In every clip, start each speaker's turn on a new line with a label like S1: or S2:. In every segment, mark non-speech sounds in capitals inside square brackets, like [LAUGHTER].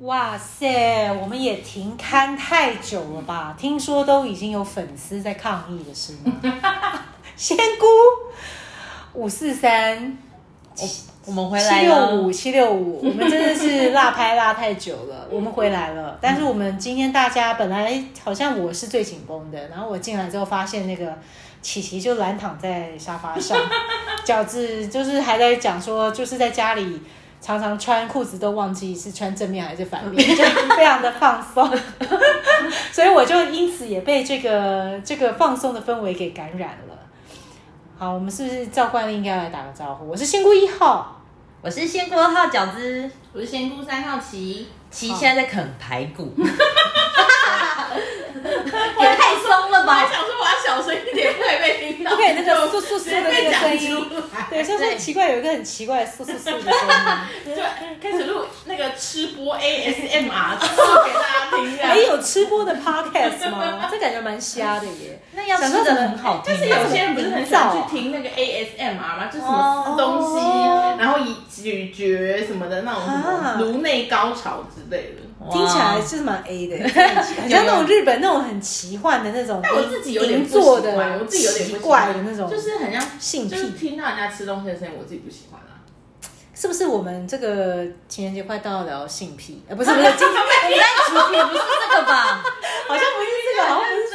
S1: 哇塞，我们也停刊太久了吧？听说都已经有粉丝在抗议了，是吗？
S2: [LAUGHS]
S1: 仙姑五四三
S2: 我们回
S1: 七
S2: 来
S1: 六
S2: 了
S1: 五，七六五，我们真的是落拍落太久了，
S2: [LAUGHS]
S1: 我们回来了。但是我们今天大家本来好像我是最紧绷的，然后我进来之后发现那个琪琪就懒躺在沙发
S2: [LAUGHS]
S1: 上，饺子就是还在讲说，就是在家里常常穿裤子都忘记是穿正面还是反面， [LAUGHS] 就非常的放松， [LAUGHS] 所以我就因此也被这个这个放松的氛围给感染了。好，我们是不是照惯例应该来打个招呼？我是仙姑一号。
S2: 我是仙姑二号饺子，
S3: 我是仙姑三号棋，
S2: 其实现在在啃排骨， [LAUGHS]
S3: 也太松了哦吧！我还想说我要小声一点，不可以被听到。
S1: 不可以那个
S3: [LAUGHS]
S1: 簌簌簌
S3: 直
S1: 的
S3: 接
S1: 那
S3: 被
S1: 个
S3: 讲
S1: 声
S3: [LAUGHS] 出
S1: 音，
S3: 来
S1: 对，就是很奇怪，有一个很奇怪的簌簌簌的声音。
S3: 就开始录那个吃播 [LAUGHS] ASMR，做给大家听这样
S1: 哎，。有吃播的 podcast 吗？这感觉蛮瞎的
S3: [LAUGHS]
S1: 耶。
S2: 那要
S1: 想
S2: 吃
S1: 说
S2: 的
S1: 怎么
S2: 很好听
S3: 哎但
S2: 啊，
S3: 是有些人不是很喜欢去听那个 ASMR 吗？就什么撕东西，
S1: 哦
S3: 然后以咀嚼什么的那种什
S1: 啊
S3: 么颅内高潮之类的。
S2: 哇
S1: 听起来就是蛮 A 的，很像那种日本那种很奇幻的那种
S3: 但我自己有点
S1: 银
S3: 不喜
S1: 座
S3: 欢
S1: 的，
S3: 我自己有点不
S1: 奇
S3: 喜
S1: 怪
S3: 欢
S1: 的那种，
S3: 就是很像
S1: 性癖
S3: 就是听到人家吃东西的声音，我自己不喜欢啊。
S1: 是不是我们这个情人节快到了，聊性癖？呃，不 [LAUGHS] 是不是，今天我们在
S2: 主题不是这个吧？
S1: 好像不是这个，好像不是这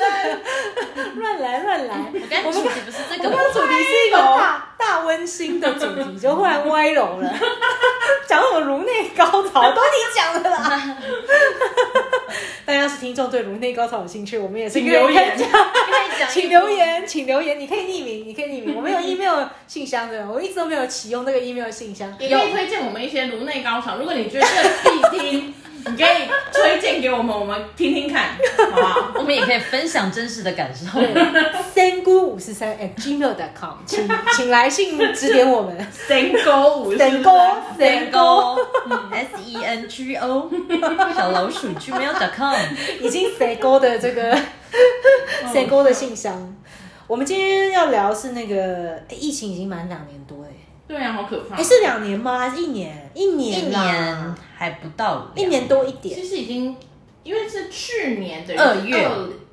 S1: 个，乱来乱来。
S2: 我刚才主题不是这
S1: 我
S2: 个
S1: 们
S2: 吧
S1: 的？主题是一个大大温馨的主题，就忽然歪楼 [LAUGHS] 了，讲什么颅内高潮都你讲的啦。 [LAUGHS] 大家是听众对颅内高潮有兴趣，我们也是
S3: 请留言
S1: 愿意
S2: 可以
S3: [LAUGHS]
S2: 讲一
S1: 请留言，请留言，你可以匿名，你可以匿名，我们有 email 信箱的，我一直都没有启用那个 email 信箱。
S3: 也可以推荐我们一些颅内高潮，如果你觉得必 [LAUGHS] 听，你可以推荐给我们，我们听听看，好不好？
S2: 我们也可以分享真实的感受。
S1: 三姑五十三 at gmail.com，请请来信指点我
S3: [LAUGHS]
S1: 们。
S3: 神勾舞，
S1: 神勾
S2: 神勾，S E N G O，小老鼠 gmail.com，
S1: 已经谁勾的这
S3: [LAUGHS]
S1: 个谁勾的信箱。我们今天要聊是那个、诶疫情已经满两年多哎、
S3: 对啊，好可怕
S1: 哎、。是两年吗？还是一年？一
S2: 一
S1: 年啦，
S2: 年还不到，
S1: 一年多一点
S3: 其，实已经，因为是去年的
S2: 二月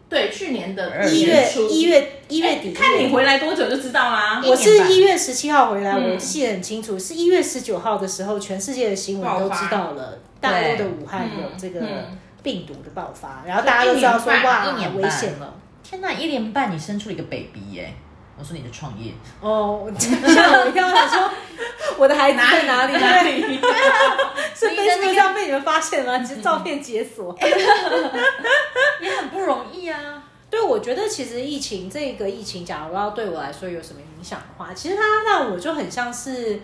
S3: 对，去年的
S2: 二
S1: 一
S2: 年
S1: 月
S3: 初
S1: 一月一月
S3: 哎
S1: 底，
S3: 看你回来多久就知道啦、
S1: 我
S2: 一
S1: 是
S2: 年半
S1: 一月十七号回来，
S3: 嗯
S1: 我记得很清楚，是一月十九号的时候，全世界的新闻都知道了，大陆的武汉有这个
S3: 嗯
S1: 病毒的爆发，然后大家都知道说
S3: 一年
S1: 哇
S3: 半
S2: 一年半
S1: 危险了。
S2: 天哪，一年半你生出一个 baby 耶、我说你的创业，
S1: 哦，我吓我一跳，我想说我的孩子在哪里？
S2: [LAUGHS]
S3: 哪里？
S1: 是 Facebook 上被你们发现了，你是照片解锁。
S2: 也很不容易啊。
S1: 对，我觉得其实疫情这个疫情，假如要对我来说有什么影响的话，其实它让我就很像是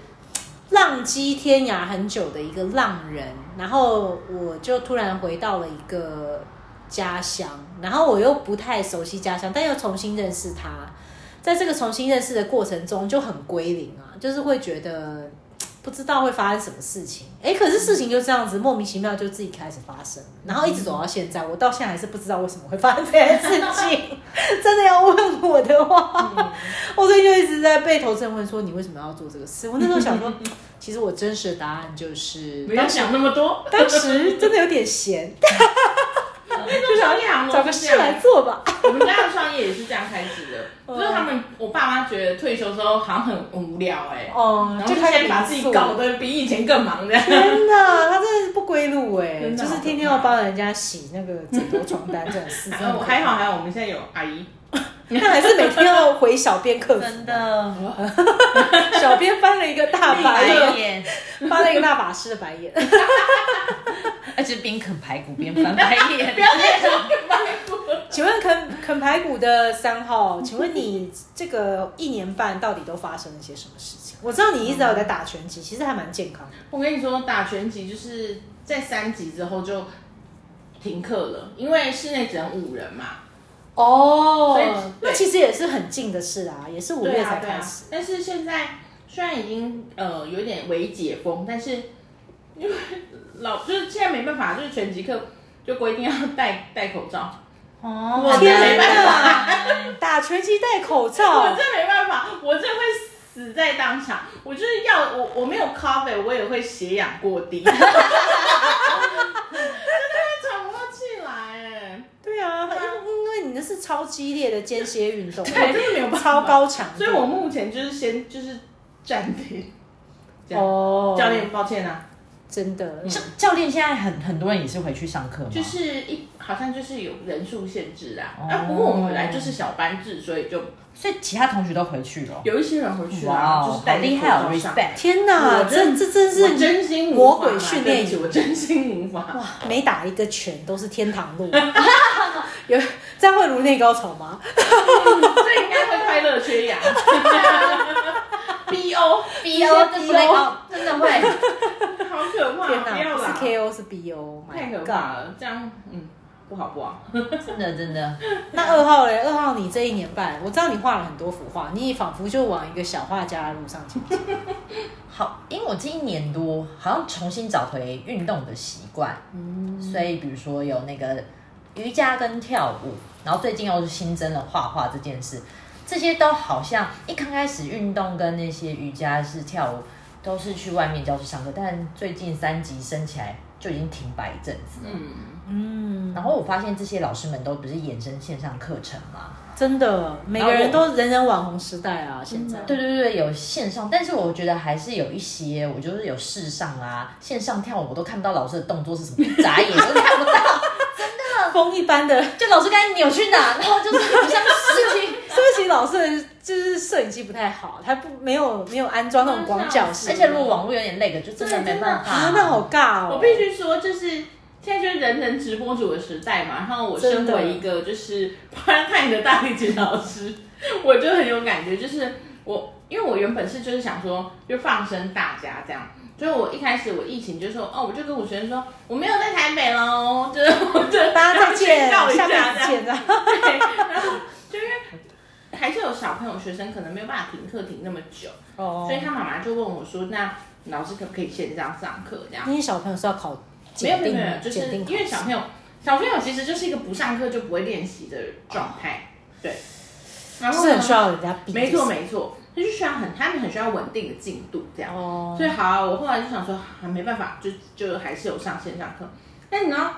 S1: 浪迹天涯很久的一个浪人，然后我就突然回到了一个家乡，然后我又不太熟悉家乡，但又重新认识它。在这个重新认识的过程中，就很归零啊，就是会觉得不知道会发生什么事情。哎，可是事情就这样子莫名其妙就自己开始发生，然后一直走到现在，我到现在还是不知道为什么会发生这件事情。真的要问我的话，我最近就一直在被投资人问说你为什么要做这个事。我那时候想说，嗯其实我真实的答案就是
S3: 不，要想那么多，
S1: 当时真的有点闲，
S3: 就想两
S1: 找个事来做吧。
S3: 我们家的创业也是这样开
S1: [LAUGHS]
S3: 始的，就是他们我爸妈觉得退休之后好像很无聊哎、
S1: 哦
S3: 然，后
S1: 就
S3: 就
S1: 开始
S3: 先把自己搞得比以前更忙这样。
S1: 天哪，他 [LAUGHS] 真的是不归路哎、
S3: 真的
S1: 就
S3: 好
S1: 是天天要
S3: 可怕
S1: 帮人家洗那个
S3: [LAUGHS]
S1: 枕头床单这种事，真的
S3: [LAUGHS] 然
S1: 很
S3: 后
S1: 可怕
S3: 还好还啊好，我们现在有阿姨，
S1: 但还是每天要回小编客服。
S2: 真的，
S1: 小编翻了一个大白
S2: 白
S1: 眼，
S2: 眼，
S1: 翻了一个大法师的白眼。
S2: 而且边啃排骨边翻白眼，不要
S1: 请问啃啃排骨的三号，请问你这个一年半到底都发生了些什么事情？我知道你一直有在打拳击，其实还蛮健康的。
S3: 我跟你说，打拳击就是在三级之后就停课了，因为室内只能五人嘛。
S1: 哦
S3: 所以
S1: 那其实也是很近的事啊，也是五
S3: 对
S1: 月
S3: 啊
S1: 才
S3: 对
S1: 开
S3: 啊
S1: 始。。
S3: 但是现在虽然已经呃有点微解封，但是因为老就是现在没办法，就是拳击课就规定要戴戴口罩。
S2: 哦，
S3: 我
S1: 天
S3: 没办
S1: 哪， [LAUGHS] 打拳击戴口
S3: 我
S1: 罩，
S3: 真没办法，我真会死在当场。我 [LAUGHS] 就是要我我没有 cover，我也会血氧过低。欸
S1: 啊激烈的间歇运动，
S3: 我真的没有办法
S1: 超高强度，
S3: 所以我目前就是先就是暂停。这样
S1: 哦，
S3: 教练，抱歉啊，
S1: 真的，
S2: 教教练现在很很多人也是回去上课吗？
S3: 就是一好像就是有人数限制啊。
S2: 哦
S3: 啊，不过我们本来就是小班制，所以就
S2: 所以其他同学都回去了。
S3: 有一些人回去
S2: 哇
S3: 啊，
S2: 哦
S3: 就是带
S2: 好厉害哦
S3: 口罩上
S2: ，respect！
S1: 天哪，
S3: 我
S1: 这
S3: 真
S1: 这真
S3: 我
S1: 是
S3: 真心无法
S1: 魔鬼训练
S3: 对不起我真心无法。
S1: 每打一个拳都是天堂路， [LAUGHS] 有这样会颅内高潮吗？
S3: [LAUGHS] 这应该会快乐缺氧。B O，
S2: B O 真的哦，真的会。
S3: 好可怕，
S1: 天
S3: 啊不
S1: 哪，
S3: 要
S1: 不是
S3: 啦，
S1: KO 是 BO，
S3: 太
S1: my
S3: 可
S1: god
S3: 怕了，这样嗯不好不好。
S2: 真的真的，
S1: 那二号嘞？二号，你这一年半，我知道你画了很多幅画，你仿佛就往一个小画家的路上
S3: [LAUGHS]
S1: 前进。
S2: 好，因为我这一年多好像重新找回运动的习惯，
S1: 嗯，
S2: 所以比如说有那个瑜伽跟跳舞，然后最近又新增了画画这件事，这些都好像一刚开始运动跟那些瑜伽是跳舞都是去外面教室上课，但最近三级升起来就已经停摆一阵子了。
S3: 嗯，
S1: 嗯，
S2: 然后我发现这些老师们都不是衍生线上课程嘛，
S1: 真的，每个人都人人网红时代啊，现在。
S3: 嗯
S2: 对对对，有线上，但是我觉得还是有一些，我就是有视上啊，线上跳舞我都看不到老师的动作是什么，一眨眼都看不到，
S1: 风一般的， [LAUGHS]
S2: 就老师该扭去哪，然后就是不像事情。
S1: 是不是老师的就是摄影机不太好，他不没有没有安装那种广角式，
S2: 而且如果网络有点累的，就真的没办法。
S1: 啊，那好尬哦。
S3: 我必须说，就是现在就是人人直播主的时代嘛。然后我身
S1: 真的
S3: 为一个就是 part time 的大提琴老师，我就很有感觉，就是我因为我原本是就是想说就放生大家这样。所以我一开始我疫情就说哦，我就跟我学生说我没有在台北喽，就是 [LAUGHS] 我就
S1: 大家再见，
S3: 告一
S1: 下
S3: 下
S1: 辈
S3: 这
S1: 子
S3: 样。
S1: 见
S3: [LAUGHS]
S1: 啊。
S3: 对，然后就因为还是有小朋友学生可能没有办法停课停那么久，
S1: 哦
S3: 所以他妈妈就问我说：“那老师可不可以线上上课？”这样
S1: 那些小朋友是要考
S3: 没有
S1: 检
S3: 没有
S1: 定
S3: 没有，，就是
S1: 检定考
S3: 因为小朋友小朋友其实就是一个不上课就不会练习的状态，对。然后
S1: 是很需
S3: 呢？
S1: 要人家逼。
S3: 没错没错，就是需要很他们很需要稳定的进度这样。
S1: 哦
S3: 所，以好啊、我后来就想说，啊、没办法，就就还是有上线上课。但你知道，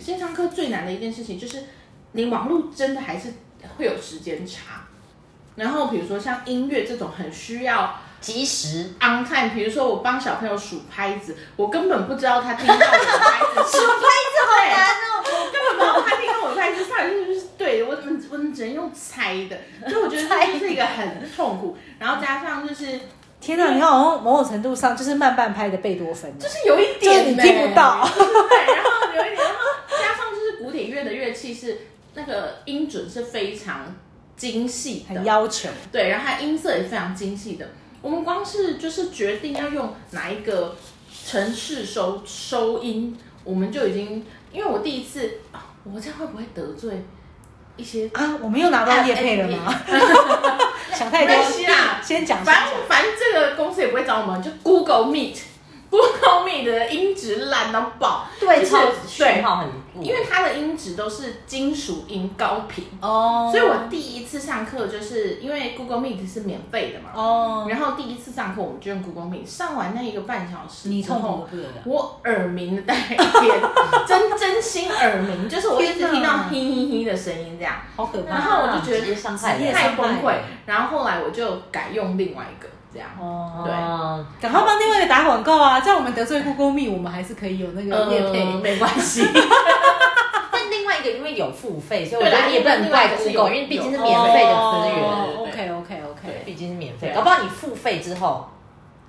S3: 线上课最难的一件事情就是，你网络真的还是会有时间差。然后比如说像音乐这种很需要
S2: 及时
S3: on time，比如说我帮小朋友数拍子，我根本不知道他听到我的拍子是
S2: 拍子好
S3: 啊
S2: 难哦，
S3: 根本不知道他听到我的拍子到底是不是对的，我怎么我怎么只能用猜的，所以我觉得这就是一个很痛苦。然后加上就是
S1: 天哪，你好像某种程度上就是慢半拍的贝多芬，
S3: 就是有
S1: 就
S3: 一
S1: 是
S3: 点欸
S1: 你
S3: 呢
S1: 听不到。
S3: 对，然后有一点，然后加上就是古典乐的乐器是那个音准是非常精细
S1: 很
S3: 的，
S1: 要求，
S3: 对，然后它音色也非常精细的。我们光是就是决定要用哪一个城市收收音，我们就已经，因为我第一次，啊我这样会不会得罪一些？
S1: 啊，我们又拿到叶配了吗？ [LAUGHS] 想太多
S3: 没关系啦，
S1: 先讲先
S3: 反
S1: 讲
S3: 正反正这个公司也不会找我们，就 Google [LAUGHS] Meet，Google Meet 的音质烂到爆，
S2: 对
S3: 就是
S2: 错
S3: 对
S2: 讯号很弱，
S3: 因为它的音质都是金属音高频，
S1: 哦
S3: 所以我第一次上课就是因为 Google Meet 是免费的嘛，
S1: 哦，
S3: 然后第一次上课我们就用 Google Meet，上完那一个半小时
S1: 你
S3: 之
S1: 痛苦
S3: 后
S1: 的，不得了，
S3: 我耳鸣了大概
S1: [LAUGHS]
S3: 一天，真真心耳鸣，就是我一直听到嘿嘿嘿的声音这样，
S1: 好可
S3: 然后我就觉得
S2: 直接伤害
S1: 职业
S2: 人
S1: 伤害
S3: 太崩溃。然后后来我就改用另外一个这样，
S1: 哦，
S3: 对
S2: 哦
S1: 赶快帮另外一个打广告啊！这样我们得罪 Google Me，我们还是可以有那个叶配。
S3: 呃，没关系，
S2: 但另外一个因为有付费，所以我
S3: 对
S2: 觉
S3: 啦
S2: 得也不能怪
S3: 啊另外一
S2: Google，
S3: 个是有
S2: 因为毕竟是免费的资
S3: 哦
S2: 源，
S1: OK OK OK，
S3: 对
S2: 毕竟是免费，
S3: 对
S2: 搞不好你付费之后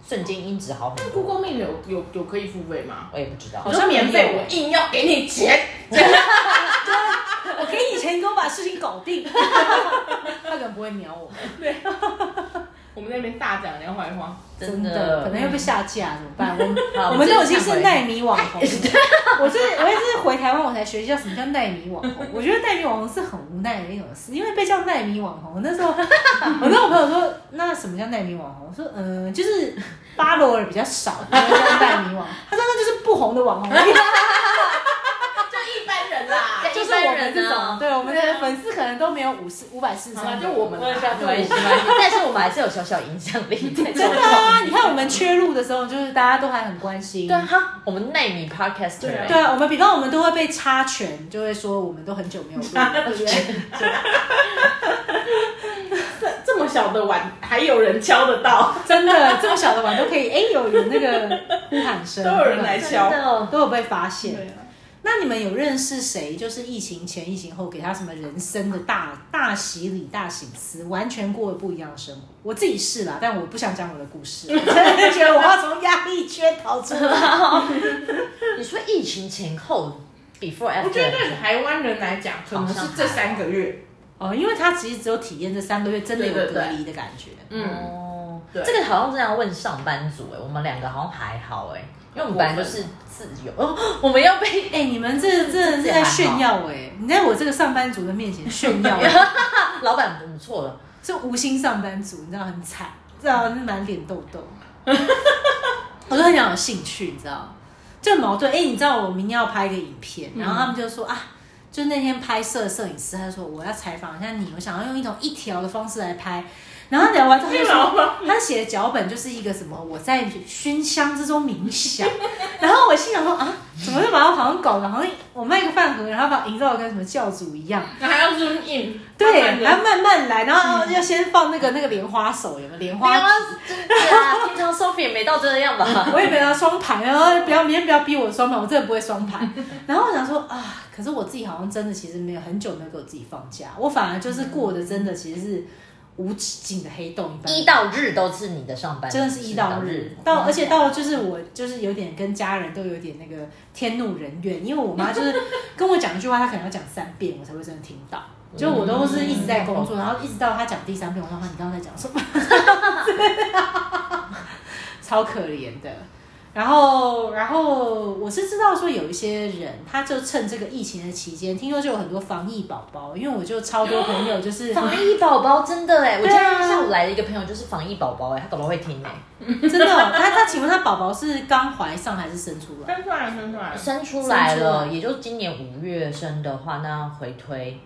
S2: 瞬间音质好很多。
S3: ，Google Meet 有有有可以付费吗？
S2: 我也不知道
S1: 好
S3: 我，
S1: 像
S3: 说免
S1: 没有
S3: 费，我硬要给你钱，
S1: 我给你钱，你给我把事情搞定。 [LAUGHS] 他可能不会鸟我们，
S3: 我们在那边大讲人家坏话。
S1: 真的，可能又被下架，怎么
S2: [LAUGHS]
S1: 办？我们
S2: 嗯好
S1: 我们都已经
S2: 这
S1: 是
S2: 个
S1: 奈米网红
S2: [LAUGHS]
S1: 了，
S2: 啊
S1: 我是我也是回台湾我才学习叫什么叫奈米网红。 [LAUGHS] 我觉得奈米网红是很无奈的一种事，因为被叫奈米网红，那时候 [LAUGHS] 我跟我朋友说，那什么叫奈米网红？我说嗯、呃就是巴罗尔比较少，所以叫 [LAUGHS]
S2: [LAUGHS]
S1: 奈米网红。他说那就是不红的网红，
S3: 就一般人啦，
S2: 就
S1: 就是是我
S2: 一般
S1: 们
S2: 人
S1: 这
S2: 啊
S1: 种，对我们的粉丝可能都没有五十五百四十
S3: [LAUGHS] 好吧，
S1: 三，
S3: 就我们
S2: 我也
S3: 啦
S2: 觉得
S3: 就
S2: 没关系，没关系但是我们还是有小小影响 [LAUGHS] 力在这
S1: 真
S2: 种
S1: 的啊！你看我们缺录的时候，就是大家都还很关心。
S2: 对啊，哈我们奈米 podcast
S3: 对啊
S1: 对啊，我们比方我们都会被插拳，就会说我们都很久没有录了，
S3: [LAUGHS]
S1: 对不对？
S3: [LAUGHS] 这么小的碗还有人敲
S1: [LAUGHS]
S3: 得到，
S1: 真的这么小的碗都可以，哎，有有那个呼喊声，
S3: 都有人来敲
S2: 真。的
S1: 都有被发现。那你们有认识谁？就是疫情前、疫情后，给他什么人生的大大洗礼、大醒思，完全过了不一样的生活。我自己是啦，但我不想讲我的故
S3: [LAUGHS]
S1: 事，我真的觉得我要从压力圈逃出来。
S2: 你说疫情前后 before
S3: 我觉得
S2: after，
S3: 对台湾人来讲，可能
S2: 好像
S3: 是这三个月，
S1: 哦，因为他其实只有体验这三个月，真的有
S3: 对对
S1: 隔
S3: 对
S1: 离的感觉。
S3: 嗯，
S2: 哦，
S3: 对
S2: 这个好像真的要问上班族哎，我们两个好像还好哎，因为我们本来就是自由，哦， [LAUGHS] 我们要被
S1: 哎、你们这这是在炫耀哎、你在我这个上班族的面前炫耀、哎
S2: 老板不错了，
S1: 这无心上班族，你知道很惨，知道那满脸痘 [LAUGHS] 痘，我都很想有兴趣，你知道，就很矛盾。哎、你知道我明天要拍一个影片，然后他们就说、啊，就那天拍摄的摄影师，他说我要采访一下你，我想要用一种一条的方式来拍。然后聊完之后他就
S3: 一条
S1: 说，他写的脚本就是一个什么我在熏香之中冥想， [LAUGHS] 然后我心想说啊，怎么就把我好像搞得好像我卖个饭盒，然后把营造的跟什么教主一样。
S3: 那还要 zoom in，慢慢
S1: 对，
S3: 地嗯
S1: 还慢慢来，然后要先放那个那个莲花手，有没有莲
S2: 没有
S1: 花？
S2: 啊，真的啊， [LAUGHS] 平常 Sophie 也没到这样吧？
S1: 我也没拿双盘，然后不要明天不要逼我双盘，我真的不会双盘。然后我想说啊，可是我自己好像真的其实没有很久没有给我自己放假，我反而就是过的真的其实是无止境的黑洞一般，
S2: 一到日都是你的上班，
S1: 真的是一到日
S2: 嗯
S1: 到，而且到就是我就是有点跟家人都有点那个天怒人怨，因为我妈就是跟我讲一句话，她可能要讲三遍我才会真的听到。就我都是一直在工作，然后一直到她讲第三遍，我说妈你刚刚在讲什么？ [LAUGHS] 超可怜的。然后，然后我是知道说有一些人，他就趁这个疫情的期间，听说就有很多防疫宝宝，因为我就超多朋友就是
S2: 哦防疫宝宝真的哎，我今
S1: 对啊
S2: 天下午来了一个朋友，就是防疫宝宝哎，他搞不好会听哎，
S1: 真的哦、他他请问他宝宝是刚怀上还是生出来？
S3: 生出来，生出
S2: 生出
S3: 来，
S2: 来
S1: 嗯生出
S2: 了，
S1: 来
S2: 也就今年五月生的话，那回推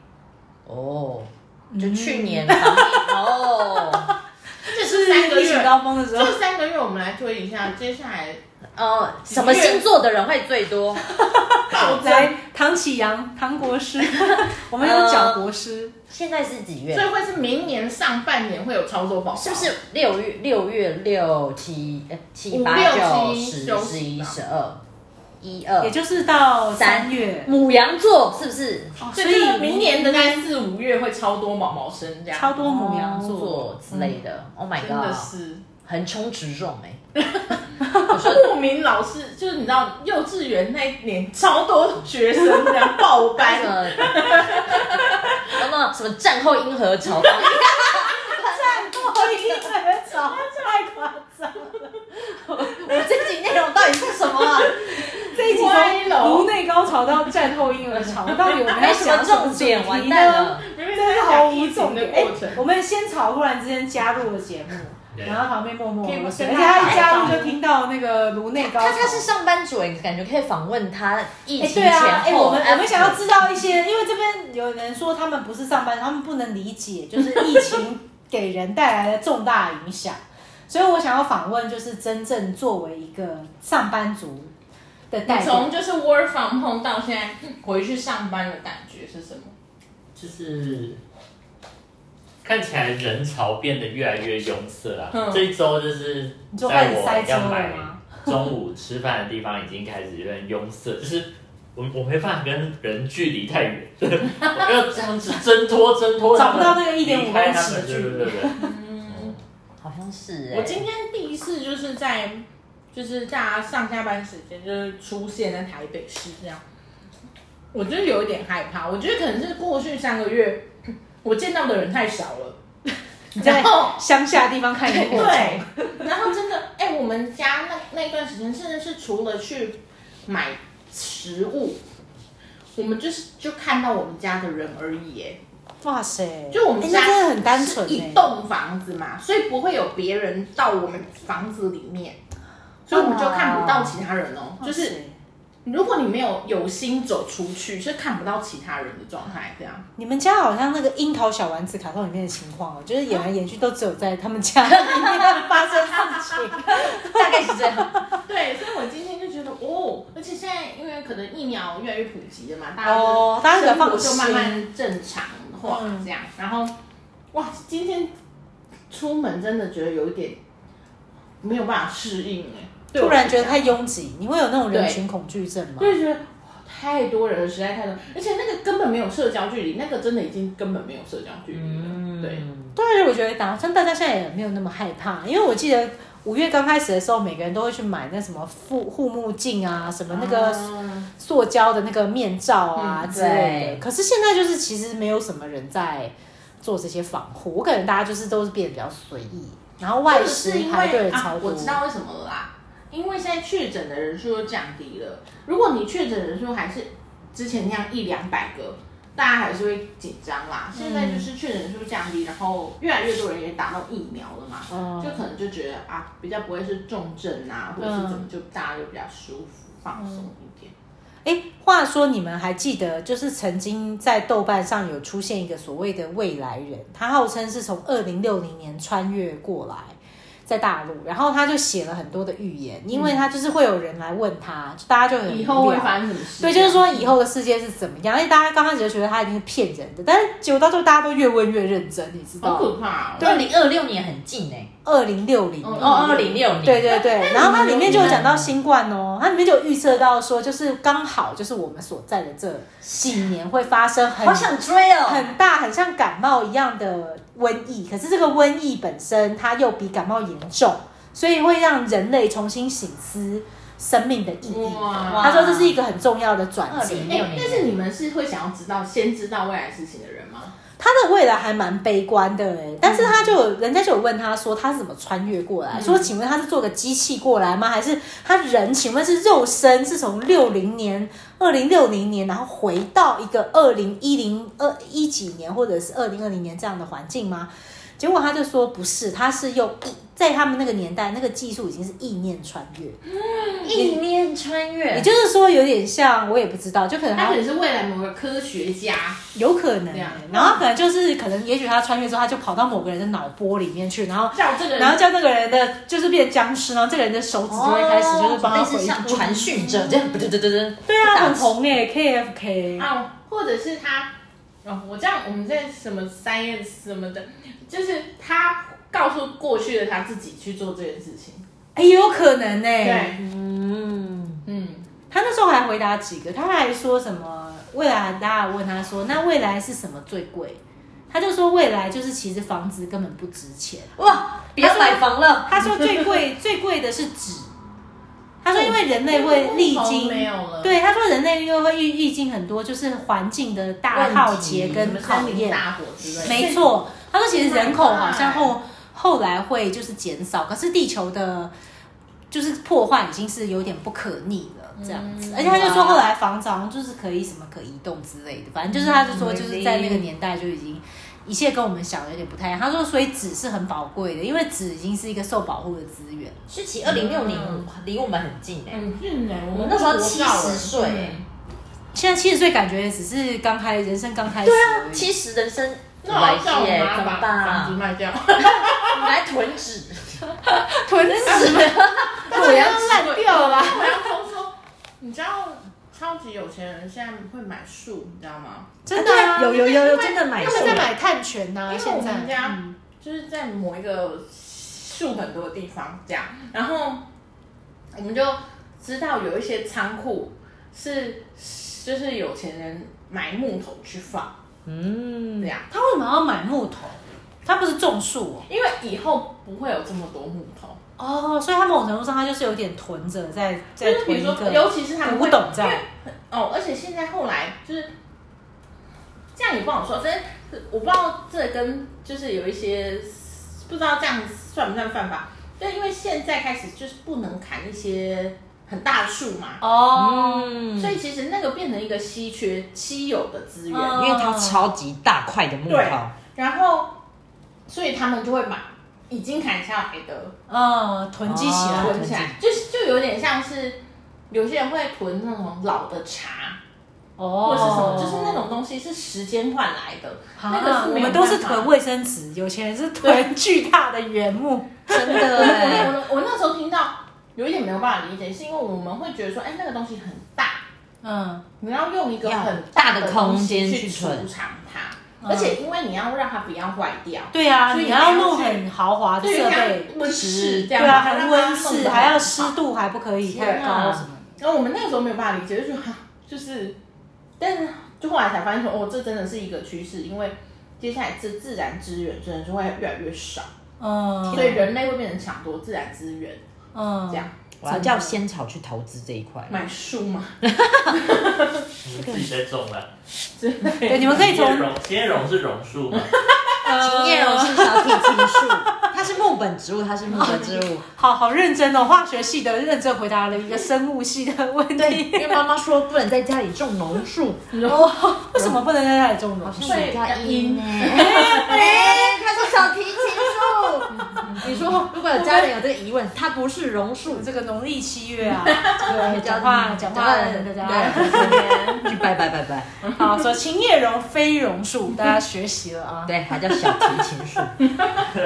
S2: 哦，
S1: 嗯
S2: 就去年防疫
S1: [LAUGHS]
S2: 哦，
S3: 这
S1: 是
S3: 是三个
S1: 疫情
S3: 月。
S1: 高峰的时候
S3: 这，三个月我们来推一下，接下来
S2: 呃，什么星座的人会最多？
S3: 暴增，
S1: 来唐启阳、唐国师， [LAUGHS] 我们有蒋国师，
S2: 现在是几月
S3: 所？以会是明年上半年会有超多宝宝，
S2: 是不是六月六月六七呃七
S3: 五
S2: 八
S3: 六
S2: 九
S3: 七
S2: 十
S3: 休息
S2: 十一
S3: 吧
S2: 十二一二
S1: 也？就是到呃三
S2: 三
S1: 月，
S2: 母羊座是不是？
S1: 哦
S3: 所以明年的在四五月会超多毛毛生这样，
S1: 超多哦母羊座， [LAUGHS] 嗯
S2: 座之类的。Oh my
S3: 真的
S2: god，
S3: 是。
S2: 横冲直撞哎、
S3: 莫名老师就是你知道，幼稚园那一年超多学生这样爆
S2: 什
S3: [LAUGHS] 班，
S2: 么 [LAUGHS] 什么什么战后婴儿潮，
S1: 哎我一定很早，太夸张了。
S2: 我们这集内容到底是什么啊？
S1: 这一集
S3: 歪
S1: 从
S3: 楼
S1: 颅内高潮到战后婴儿潮，到底我们
S2: [LAUGHS] 没
S1: 要
S2: 什么
S1: 想
S2: 重点，
S1: 主
S2: 完
S1: 题
S2: 蛋
S1: 呢
S2: 了？。
S3: 明明
S1: 真的
S3: 在
S1: 是毫
S3: 讲
S1: 无
S3: 疫
S1: 重
S3: 情的
S1: 点。哎
S3: 过程，
S1: 我们仙草忽然之间加入了节目，然后旁边默默无声，而
S3: 可
S1: 且
S3: 以
S1: 他一加入就听到那个颅内高潮。
S2: 他他是上班族哎，感觉可以访问他疫
S1: 哎，
S2: 情
S1: 对
S2: 前
S1: 啊，哎，
S2: 后。
S1: 我们我们想要
S2: after
S1: 知道一些，因为这边有人说他们不是上班，他们不能理解，就是疫情给人带来的重大影响，所以我想要访问，就是真正作为一个上班族的代表
S3: 从，就是 work from home 到现在嗯回去上班的感觉是什么？
S4: 就是看起来人潮变得越来越拥塞啊。
S3: 嗯
S4: 这一周就是
S1: 你就开
S4: 在
S1: 始
S4: 我
S1: 塞车
S4: 要
S1: 了
S4: 买
S1: 吗？
S4: 中午吃饭的地方已经开始有点拥塞，就是我我没办法跟人距离太远，我要这样子挣脱挣脱他
S1: 找不
S4: 们，
S1: 到那个1.5
S4: 离开他
S1: 公
S4: 们，
S1: 尺的
S4: 对
S1: 距离
S4: 对对对。
S2: 好像是
S3: 我
S2: 哎，
S3: 今天第一次就是在就是大家上下班时间就是出现在台北市这样，我就是有一点害怕。我觉得可能是过去三个月我见到的人太少了，
S1: 你在
S3: 然后
S1: 乡下地方看萤火虫，
S3: 对，然后真的，哎、我们家那那一段时间，甚至是除了去买食物，我们就是就看到我们家的人而已，哎，
S1: 哇塞，
S3: 就我们
S1: 哎
S3: 家
S1: 那真的很单纯
S3: 是一
S1: 欸，
S3: 栋房子嘛，所以不会有别人到我们房子里面，所以我们就看不到其他人哦、
S1: 哇
S3: 就
S1: 塞
S3: 是如果你没有有心走出去，是看不到其他人的状态。这样，
S1: 你们家好像那个樱桃小丸子卡通里面的情况哦，就是演来演去都只有在他们家里面发生事 [LAUGHS] 情。
S2: 大概是这样。
S1: [LAUGHS]
S3: 对，所以我今天就觉得哦，而且现在因为可能疫苗越来越普及了嘛，大家就
S1: 哦，大家比较
S3: 生活
S1: 放
S3: 就
S1: 心。
S3: 慢慢正常化
S1: 嗯
S3: 这样。然后，哇，今天出门真的觉得有一点没有办法适应哎，对我
S1: 突然
S3: 来
S1: 觉得
S3: 讲
S1: 太拥挤，你会有那种人群恐惧症吗？
S3: 就是觉得哇太多人了，实在太多，而且那个根本没有社交距离，那个真的已经根本没有社交距离了。
S1: 嗯
S3: 对，
S1: 对，而且我觉得打算大家现在也没有那么害怕，因为我记得五月刚开始的时候，每个人都会去买那什么护护目镜啊，什么那个
S3: 啊
S1: 塑胶的那个面罩啊
S3: 嗯
S1: 之类
S2: 对
S1: 的。可是现在就是其实没有什么人在做这些防护，我感觉大家就是都是变得比较随意，然后
S3: 或
S1: 外
S3: 者
S1: 食
S3: 是因
S1: 排队的
S3: 为
S1: 超
S3: 啊，
S1: 多。
S3: 我知道为什么了啦，因为现在确诊的人数又降低了。如果你确诊人数还是之前那样一两百个，大家还是会紧张
S1: 嗯
S3: 啦。现在就是确诊人数降低，然后越来越多人也打到疫苗了嘛，
S1: 嗯
S3: 就可能就觉得啊，比较不会是重症啊，或者是怎么，就大家就比较舒服放松一点。
S1: 哎，话说你们还记得，就是曾经在豆瓣上有出现一个所谓的未来人，他号称是从二零六零年穿越过来。在大陆，然后他就写了很多的预言，因为他就是会有人来问他，就大家就很
S3: 嗯以后会
S1: 无聊
S3: 发生什么事？
S1: 嗯
S3: 啊
S1: 对，就是说以后的世界是怎么样？因为大家刚开始就觉得他一定是骗人的，但是结果到最后大家都越问越认真，你知
S3: 好
S1: 道吗？
S3: 可怕哦。
S2: 二零二六年很近哎，
S1: 二零六零，
S3: 嗯
S2: 哦，二零六零，
S1: 对对对，然后它里面就有讲到
S2: 嗯
S1: 新冠哦，它里面就有预测到说，就是刚好就是我们所在的这几年会发生很
S2: 好想追哦，
S1: 很大，很像感冒一样的瘟疫。可是这个瘟疫本身它又比感冒严重，所以会让人类重新醒思生命的意义。
S3: 哇
S1: 他说这是一个很重要的转
S2: 二
S1: 折
S2: 零。
S3: 哎、
S2: 六零，
S3: 但是你们是会想要知道先知道未来事情的人吗？
S1: 他的未来还蛮悲观的哎，但是他就有人家就有问他说他是怎么穿越过
S3: 嗯
S1: 来，说请问他是做个机器过来吗？还是他人？请问是肉身是从六零年、二零六零年，然后回到一个二零一零二一几年或者是二零二零年这样的环境吗？结果他就说不是，他是用意在他们那个年代，那个技术已经是意念穿越，
S2: 意念穿越
S1: 也，就是说有点像我也不知道，就可能
S3: 他
S1: 他
S3: 可能是未来某个科学家，
S1: 有可能
S3: 这
S1: 欸
S3: 样，
S1: 然后可能就是可能，也许他穿越之后，他就跑到某个人的脑波里面去，然后
S3: 叫这个
S1: 然后
S3: 人
S1: 叫那个人的就是变僵尸，然后这个人的手指就会开始就是帮他
S2: 哦
S3: 哦
S2: 类
S1: 回
S2: 似像
S1: 复。
S2: 传讯者这样，对对对对，
S1: 对啊，
S2: 打
S1: 很红诶 k f k
S3: 啊，或者是他，哦，我这样我们在什么 science 什么的，就是他告诉过去的他自己去做这件事情。
S1: 哎，也有可能呢、
S3: 对，
S1: 嗯，
S3: 嗯，
S1: 他那时候还回答几个，他还说什么未来，大家问他说，那未来是什么最贵？他就说未来就是其实房子根本不值钱。
S2: 哇，不要买房了，
S1: 他说最贵 [LAUGHS] 最贵的是纸。他说因为人类会历经
S3: 没有了，，
S1: 对，他说人类因为会历历经很多就是环境的大浩劫
S3: 什
S1: 跟
S3: 么
S1: 考
S3: 森林
S1: 验，
S3: 大火之类的，
S1: 没错。他说其实人口好像后后来会就是减少，可是地球的就是破坏已经是有点不可逆了。这样
S2: 嗯
S1: 子，而且他就说后来房子好像就是可以什么可移动之类的，反正
S2: 嗯
S1: 就是他就说就是在那个年代就已经一切跟我们想的有点不太一样。他说所以纸是很宝贵的，因为纸已经是一个受保护的资源。
S2: 是其二零六零离我们很近哎，
S3: 很近哎，我
S2: 我们
S3: 们
S2: 那时候
S3: 都活到了
S2: 70岁哎
S3: 嗯
S1: 现在七十岁感觉只是刚开人生刚开始
S2: 对
S1: 而已，
S2: 啊，其实人生
S3: 那我要叫
S2: 来耶
S3: 我
S2: 怎么
S3: 妈把
S2: 办
S3: 房子
S2: 啊？
S3: 卖
S1: [LAUGHS]
S3: 掉，
S2: [LAUGHS] 我们来囤纸，
S1: 啊囤纸
S2: 我要
S1: 烂掉啦。
S3: [LAUGHS] 我要偷说，你知道超级有钱人现在会买树，你知道吗？
S1: 真的、啊
S2: 有有有有真的买
S1: 他们在
S2: 树
S1: 买碳权呐、
S3: 因为我
S1: 现在
S3: 们家、
S1: 嗯
S3: 就是在某一个树很多的地方这样，然后我们就知道有一些仓库是就是有钱人买木头去放，嗯，这样，
S1: 他为什么要买木头？他不是种树
S3: 因为以后不会有这么多木头，
S1: 哦，哦，所以他某种程度上他就是有点囤着在
S3: 就
S1: 在
S3: 是比
S1: 囤
S3: 如
S1: 一
S3: 说，
S1: 个
S3: 尤其是他们
S1: 古
S3: 会
S1: 董这样
S3: 因为。哦，而且现在后来就是这样也不好说，但是我不知道这跟就是有一些不知道这样算不算犯法，但因为现在开始就是不能砍一些很大的树嘛，
S1: 哦，
S3: 所以其实那个变成一个稀缺稀有的资源，
S1: 嗯
S2: 因为它超级大块的木
S3: 对
S2: 头，
S3: 然后所以他们就会把已经砍下来的
S1: 嗯，囤积起来
S2: 哦，
S3: 囤起来，就是就有点像是有些人会囤那种老的茶
S1: 哦
S3: 或是什么，就是那种东西是时间换来的，那
S1: 那
S3: 个是
S1: 我
S3: 没有
S1: 们都是
S3: 办法
S1: 囤卫生纸，有钱人是囤巨大的原木，
S2: 真
S3: 我
S1: 哎欸
S2: 的
S3: 我我那时候听到有一点没有办法理解，是因为我们会觉得说，哎、那个东西很大，
S1: [LAUGHS] 嗯，
S3: 你要用一个
S2: 要
S3: 很
S2: 大的
S3: 的
S2: 空
S3: 东西
S2: 间去
S3: 去储
S2: 存
S3: 藏它，而且因为你要让它不要坏掉，
S1: 对啊，
S3: 所以
S1: 你要
S3: 你要
S1: 弄
S3: 去
S1: 很豪华的
S3: 对
S1: 设
S3: 它
S1: 备，
S3: 温室这
S1: 对
S3: 样，
S1: 啊，
S3: 把它
S1: 还
S3: 让
S1: 温
S3: 它弄
S1: 室，
S3: 得
S1: 还要
S3: 很
S1: 湿
S3: 好。
S1: 度还不可以太
S3: 天
S1: 高
S3: 啊
S1: 什么的。
S3: 然后我们那个时候没有办法理解，就觉得哈，就是，但是就后来才发现说，哦，这真的是一个趋势，因为接下来这自然资源真的是会越来越少，
S1: 嗯，
S3: 所以人类会变成抢夺自然资源，
S1: 嗯
S3: 这样
S2: 我要叫仙草去投资这一块。
S3: 买树嘛，
S4: 你自己在种了。
S3: 之类的
S1: [LAUGHS] 对，你们可以从
S4: 先榕，先榕是榕树嘛？
S1: 呃
S2: 叶榕哦是小体青 [LAUGHS] 树，它是木本植物，它是木本植物。
S1: 好好认真哦，化学系的认真回答了一个生物系的问题。
S2: 因为妈妈说不能在家里种榕树，
S1: 为什么不能在那里种榕树？
S3: 会
S2: 加
S3: 阴
S2: 呢。
S1: 欸
S2: 哎，他是小提琴 [LAUGHS] 树。你说如果有家人有这个疑问，它不是榕树，
S1: 这个农历七月
S3: [LAUGHS]
S1: 啊，这个讲话讲话大家
S2: 对，拜拜拜拜。
S1: [LAUGHS] 好说琴叶榕非榕树，大家学习了啊。
S2: 对，它叫小提琴树。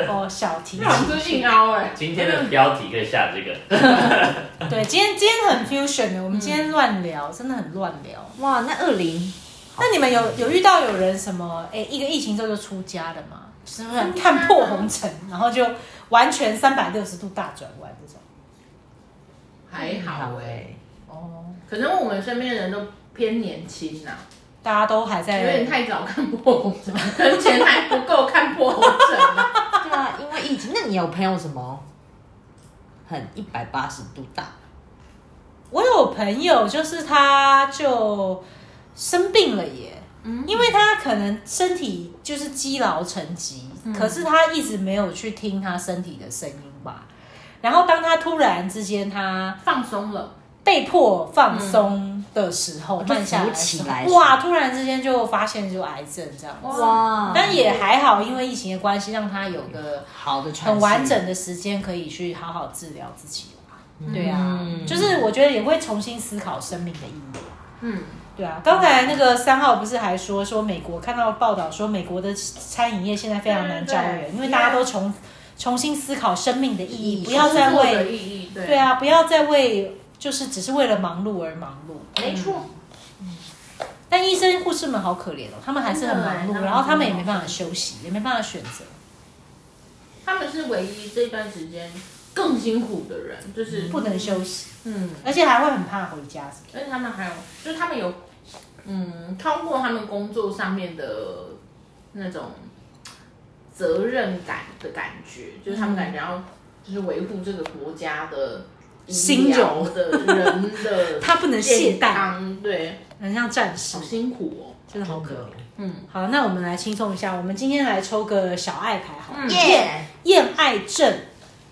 S1: 哦，小提
S3: 那我
S1: 琴。
S3: 们就硬凹哎、
S4: 今天的标题可以下这个，
S1: 对，今天今天很 fusion 的，我们今天乱聊，真的很乱聊。
S2: 哇，那二零
S1: 那你们有有遇到有人什么？哎，一个疫情之后就出家的吗？就是不是看破红
S3: [LAUGHS]
S1: 尘，然后就完全三百六十度大转弯这种？
S3: 还好
S4: 欸
S3: 哎、
S2: 欸
S1: 哦，
S3: 可能我们身边的人都偏年轻呐、
S1: 大家都还在
S3: 有点太早看破红尘，可能钱还不够看破红尘啊。
S2: 对啊，因为疫情，那你有朋友什么很一百八十度大？
S1: 我有朋友，就是他就生病了耶，
S3: 嗯
S1: 因为他可能身体就是积劳成疾，
S3: 嗯
S1: 可是他一直没有去听他身体的声音吧。然后当他突然之间，他
S3: 放松了，
S1: 被迫放松的时候，
S2: 嗯
S1: 慢下来的
S2: 就浮起
S1: 时候
S2: 来
S1: 哇！突然之间就发现就癌症这样子，
S2: 哇
S1: 但也还好，因为疫情的关系，让他有个
S2: 好的，
S1: 很完。整的时间可以去好好治疗自己啦。对啊，
S2: 嗯
S1: 就是我觉得也会重新思考生命的意义。
S3: 嗯，
S1: 对啊，刚才那个三号不是还说说美国看到报道说美国的餐饮业现在非常难招
S3: 对
S1: 人，
S3: 对
S1: 因为大家都重重新思考生命的意义，不要
S3: 工
S1: 再
S3: 作的
S1: 为
S3: 意义，对
S1: 对，啊，不要再为就是只是为了忙碌而忙碌。嗯
S3: 没错，
S1: 但医生护士们好可怜哦，他们还是很忙
S3: 真的
S1: 碌，
S3: 欸
S1: 然后他们也没办法休息，也没办法选择。
S3: 他们是唯一这段时间更辛苦的人，就是
S1: 不能休息，
S3: 嗯，
S1: 而且还会很怕回家什么的。
S3: 而且他们还有，就是他们有，嗯，超过他们工作上面的那种呃责任感的感觉，就是他们感觉要就是维护这个国家的
S1: 兴
S3: 医疗
S1: 荣
S3: 的人的
S1: 他不能懈
S3: 健
S1: 怠，
S3: 康， [LAUGHS] 对，
S1: 很像战士
S3: 好，辛苦哦。
S1: 真的好可怜。
S3: 嗯，
S1: 好，那我们来轻松一下，我们今天来抽个小爱牌好了，
S3: 嗯
S2: 耶，
S1: 厌、爱症。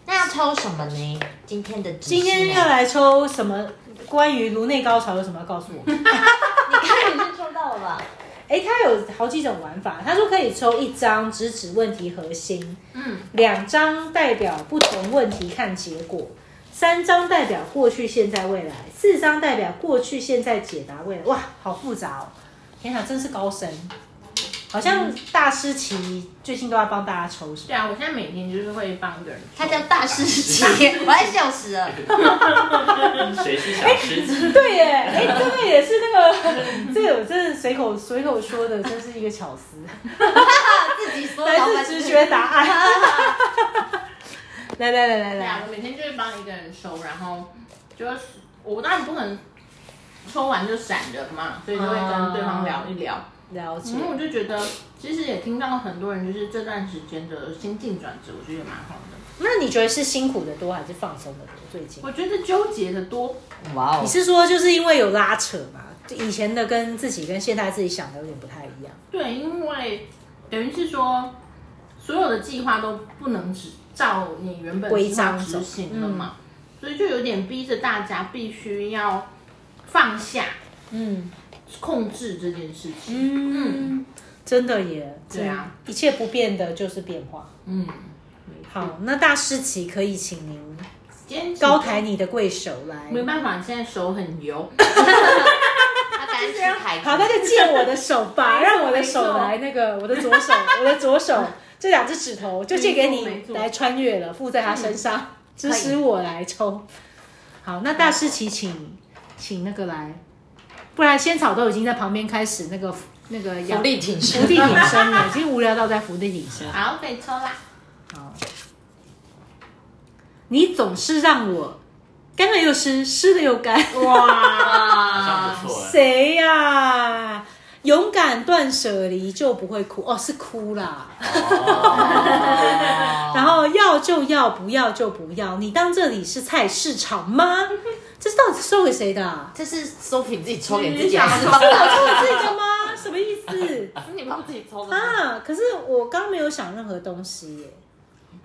S2: 那要抽什么呢？今天的
S3: 啊
S1: 今天要来抽什么？关于颅内高潮有什么要告诉我们？
S2: 他已经抽到了吧？
S1: 哎、它有好几种玩法，他说可以抽一张直指问题核心，
S3: 嗯，
S1: 两张代表不同问题看结果，三张代表过去、现在、未来，四张代表过去、现在解答未来。哇，好复杂哦！天哪，真是高深，好像大师棋最近都要帮大家抽是吧？
S3: 对啊，我现在每天就是会帮一个人做，
S2: 他叫大师 [LAUGHS] 级，我要笑死了。
S4: 谁是小狮子？
S1: 对 [LAUGHS] 耶，哎、这个也是那个，这个我真的随口随口说的，真是一个巧思，
S2: 自己说老
S1: 来
S2: 板
S1: 自直觉答 [LAUGHS] 案。来来来来
S3: 对啊
S1: 来，，
S3: 我每天就是帮一个人收，然后就是我当然不可能抽完就闪人嘛，所以就会跟对方聊一聊。
S1: 了解
S3: 然。后我就觉得，其实也听到很多人就是这段时间的心境转折，我觉得也蛮好的。
S1: 那你觉得是辛苦的多还是放松的多？最近
S3: 我觉得纠结的多，
S2: 哇哦
S1: 你是说就是因为有拉扯嘛？就以前的跟自己跟现在自己想的有点不太一样。
S3: 对，因为等于是说，所有的计划都不能只照你原本
S1: 规
S3: 计划
S1: 章走嗯
S3: 执行了嘛，所以就有点逼着大家必须要放下
S1: 嗯
S3: 控制这件事情。
S1: 嗯，真的耶。
S3: 对啊
S1: 真，一切不变的就是变化。
S3: 嗯，
S1: 好，那大师棋可以请您
S3: 今天
S1: 高抬你的贵手来。
S3: 没办法，现在手
S1: [LAUGHS]
S3: 很油。
S2: 他单吃排骨，
S1: 好，那就借我的手吧，
S3: [LAUGHS] 没错
S1: 让我的
S3: 没
S1: 手
S3: 错
S1: 来那个我的左
S3: [LAUGHS]
S1: 手，我的左手这两只指头就借给
S3: 没
S1: 你
S3: 错嗯
S1: 来穿越了，附在他身上，指使我来抽。好，那大师奇请请那个来，不然仙草都已经在旁边开始那个那个仰
S2: 福利挺
S1: 伏
S2: 身，
S1: 地挺身
S3: [LAUGHS]
S1: 了，已经无聊到在伏地挺身。
S3: 好，可以抽啦。
S1: 好，你总是让我干了又湿，湿了又
S3: [LAUGHS]
S1: 干。
S4: 好像
S3: 哇
S4: 不错哎。
S1: 谁呀、勇敢断舍离就不会哭哦，是哭啦。
S4: 哦
S1: 然后要就要，不要就不要。你当这里是菜市场
S2: [LAUGHS]
S1: 吗？这是到底送给谁的、啊？
S2: 这是 Sophie 自己抽给自己，
S3: 嗯
S2: 还是
S1: 是我抽的这个吗？什么意思
S2: 是你帮自己抽的吗？
S1: 啊？可是我刚没有想任何东西耶。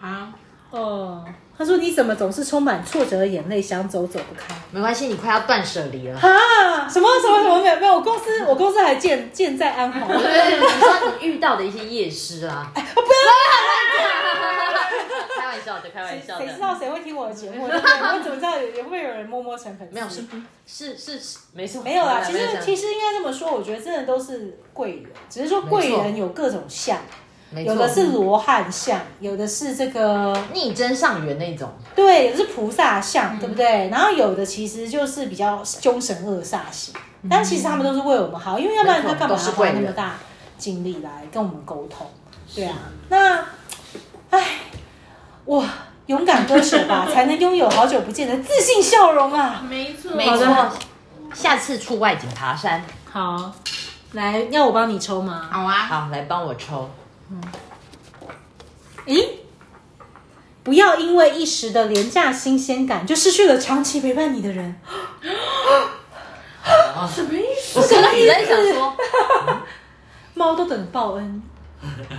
S3: 啊！
S1: 哦，他说你怎么总是充满挫折的眼泪，想走走不开。
S2: [LAUGHS] 没关系，你快要断舍离了。
S1: 啊，什么什么什么没有没有，我公
S2: [LAUGHS]
S1: 司我公司还健健在安好。
S2: 对，你说你遇到的一些夜师啊，不要，开玩笑的，开玩笑
S1: 谁知
S2: 的，
S1: 道谁会听我的节
S2: [LAUGHS]
S1: 目？对不对我怎么知道有会不会有人默默成粉丝？
S2: 没有是是是是，没错，
S1: 没有啊啦，其
S2: 没有
S1: 实
S2: 没有
S1: 其实应该这么说，我觉得真的都是贵人，只是说贵
S2: 没
S1: 人有各种相，
S2: 没错嗯
S1: 有的是罗汉相，有的是这个
S2: 逆增上缘那种，
S1: 对，有的是菩萨
S2: 嗯
S1: 相，对不对？然后有的其实就是比较凶神恶煞型，但其实他们都是为我们好，因为要不然他干嘛
S2: 嗯没错都是
S1: 花
S2: 贵人
S1: 那么大精力来跟我们沟通？对啊，那唉，我勇敢割舍
S2: [LAUGHS]
S1: 吧，才能拥有好久不见的自信笑容啊！
S3: 没错，
S2: 没错。下次出外景爬山，
S1: 好，来，要我帮你抽吗？
S3: 好啊，
S2: 好，来帮我抽。
S1: 咦，不要因为一时的廉价新鲜感，就失去了长期陪伴你的人。
S3: 什么意思？
S2: 我刚刚也在想说，
S1: 猫都等报恩，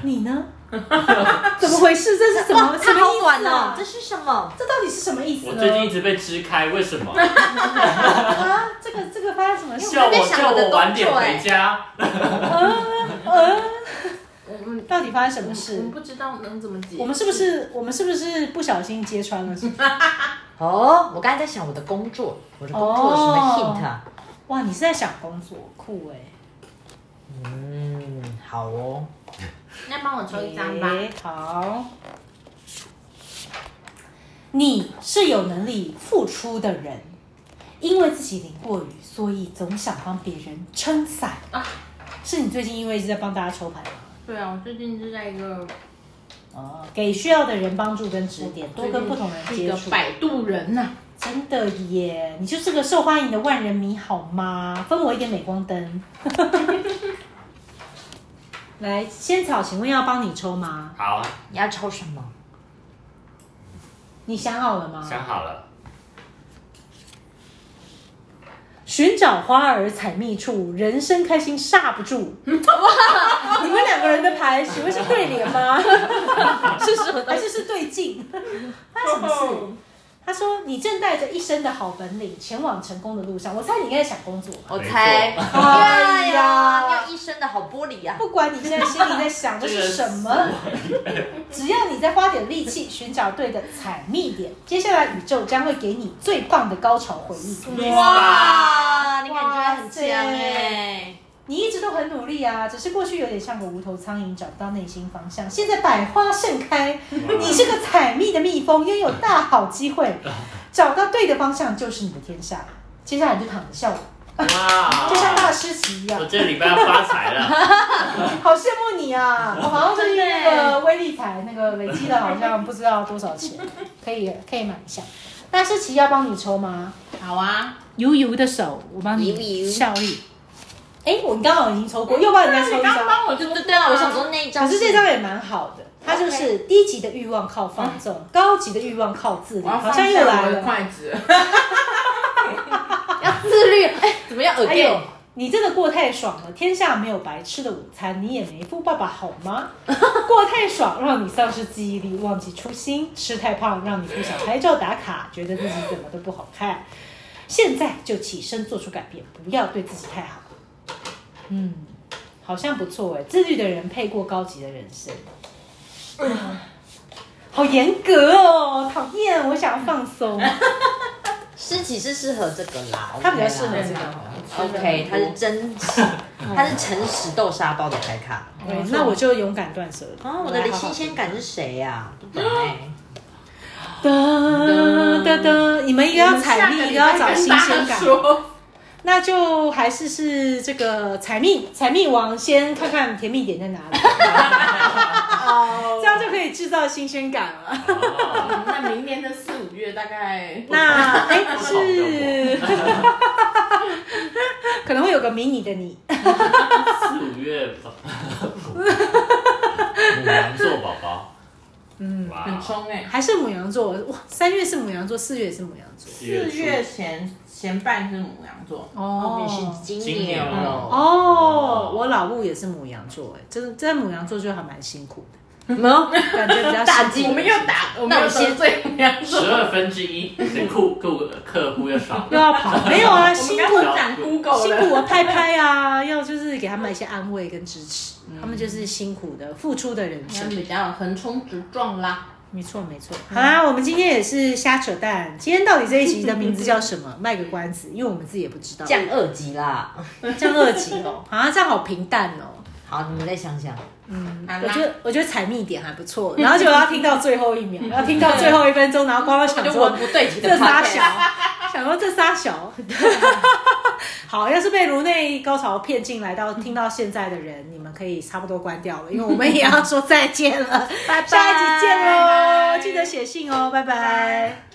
S1: 你
S4: [LAUGHS]
S1: 呢？怎么回事？这是什么？什
S2: 它
S1: 么
S2: 好
S1: 意
S2: 短
S1: 思
S2: 哦
S1: 啊，
S2: 这是什么？
S1: 这到底是什么意思
S4: 我
S1: 呢？
S4: 最近一直被支开，为什么？
S1: 啊，这个这个发生什么事？
S4: 叫我叫我晚点回家，
S1: 呃，
S3: 我们
S1: 到底发生什么
S3: 我
S1: 事
S3: 们？不知道能怎么解。
S1: 我们是不是我们是不是不小心揭穿了？是不是
S2: 哦，我刚才在想我的工作，我的工作有什么 hint 啊？
S1: 哇，你是在想工作，酷哎、
S2: 嗯，好哦，
S3: 那帮我抽一张吧。
S1: 诶好。你是有能力付出的人，因为自己淋过雨，所以总想帮别人撑伞。
S3: 啊
S1: 是你最近因为一直在帮大家抽牌吗？
S3: 对啊，我最近是在一个
S1: 哦，给需要的人帮助跟指点，多跟不同人
S3: 是一
S1: 接
S3: 个
S1: 触。
S3: 摆渡人呐。
S1: 真的耶，你就是个受欢迎的万人迷好吗？分我一点镁光灯。
S3: [LAUGHS]
S1: 来，仙草，请问要帮你抽吗？
S4: 好，啊
S2: 你要抽什么？
S1: 你想好了吗？
S4: 想好了，
S1: 寻找花儿采蜜处，人生开心刹不住。哇，你们两个人的牌，请问是对联
S2: [LAUGHS]
S1: 吗？
S2: 是什么
S1: 还是是对镜？他什么事？他说你正带着一身的好本领前往成功的路上。我猜你应该想工作吧。
S2: 我猜，
S4: 没错
S2: 哎呀，你有一身的好玻璃啊呀、
S1: 不管你现在心里在想的是什么，只要你再花点力气寻找对的采蜜点，接下来宇宙将会给你最棒的高潮回忆。
S2: 哇，你感觉很强哎、
S1: 你一直都很努力啊，只是过去有点像个无头苍蝇，找不到内心方向。现在百花盛开，你是个采蜜的蜜蜂，拥有大好机会，找到对的方向就是你的天下。接下来你就躺着笑我，
S4: 哇，
S1: 就像大师级一样
S4: 啊我，这礼拜要发财了，
S1: 好羡慕你啊！我好像最近那个威力彩那个累积了，好像不知道多少钱，可以可以买一下。大师级要帮你抽吗？
S3: 好啊，
S1: 油油的手，我帮
S2: 油油
S1: 效力。哎，我刚好已经抽过，又帮人家抽一
S3: 刚
S1: 张
S3: 刚。帮我就
S2: 对对啊，我想说那一张
S1: 可
S2: 是，
S1: 是这张也蛮好的，它就是
S3: OK 嗯
S1: 低级的欲望靠放纵，高级的欲望靠自律，
S3: 我要
S1: 好
S3: 放
S1: 像
S3: 下
S1: 又来
S3: 我的
S1: 了。
S3: 筷子。
S2: 要自律，哎、怎么样
S1: 哎呦
S2: again？、，
S1: 你真的过太爽了！天下没有白吃的午餐，你也没富爸爸好吗？ [LAUGHS] 过太爽让你丧失记忆力，忘记初心；吃太胖让你不想拍照打卡，觉得自己怎么都不好看。现在就起身做出改变，不要对自己太好。嗯，好像不错哎，自律的人配过高级的人生。好严格哦，讨厌！我想要放松。
S2: 诗琪是适合这个啦，
S1: 他比较
S2: OK 啦
S1: 适合这个。
S2: OK，他是真实， [LAUGHS] 他是诚实豆沙包的牌卡。
S1: 对那我就勇敢断舍离。
S2: 啊，我的新鲜感是谁呀？不懂哎。
S1: 哒哒哒，你们一个要采蜜，一个要找新鲜感。那就还是是这个采蜜采蜜王，先看看甜蜜点在哪里，
S2: 哦
S1: 这样就可以制造新鲜感了。
S4: 哦
S3: 那明年的四五月大概
S1: 那哎、
S2: [LAUGHS]
S1: 是
S4: 不好
S1: 可能会有个迷你的你，
S4: 四五月，母羊座宝宝，嗯，哇
S3: 很冲哎、
S1: 还是母羊座哇，三月是母羊座，四月也是母羊座
S3: 四月前前半是母羊座，
S2: 后面
S1: 哦
S2: 是金
S4: 金
S2: 牛
S4: 牛
S2: 哦，
S1: 哦，我老母也是母羊座，哎，真真的母羊座就还蛮辛苦的，没
S2: [LAUGHS]
S1: 有感觉比较
S2: 打
S1: 辛苦
S2: 击
S3: 我们又打，我们又得罪母羊
S4: 十
S3: 座，
S4: 二分之一的客户客户又少
S1: 又
S4: 了，
S1: 要跑，没有啊，辛苦
S3: 我们刚刚讲 Google
S1: 辛苦我
S3: 了，
S1: 拍拍啊，要就是给他们一些安慰跟支持，
S3: 嗯
S1: 他们就是辛苦的付出的人
S3: 我们
S1: 生。
S3: 比较横冲直撞啦，
S1: 没错没错。好啦，我们今天也是瞎扯淡。今天到底这一集的名字叫什
S3: 嗯
S1: 么？卖个关子，因为我们自己也不知道。
S2: 降二级啦。
S1: 降二级
S3: [LAUGHS]
S1: 哦，啊，这样好平淡哦。
S2: 好，你们再想想。
S3: 好
S1: 我
S3: 啦
S1: 觉得我觉得采蜜点还不错，然后就要听到最后
S3: [LAUGHS]
S1: 一秒，要听到最后一分钟，然后光要想
S2: 就
S1: 说
S2: 文不对题的
S1: 这仨
S2: podcast
S1: 小，想说这仨小，好，要是被颅内高潮骗进来到听到现在的人，你们可以差不多关掉了，因为我们也要说再见了，
S2: 拜拜
S1: 下一集见喽，
S3: 拜拜
S1: 记得写信哦，拜拜。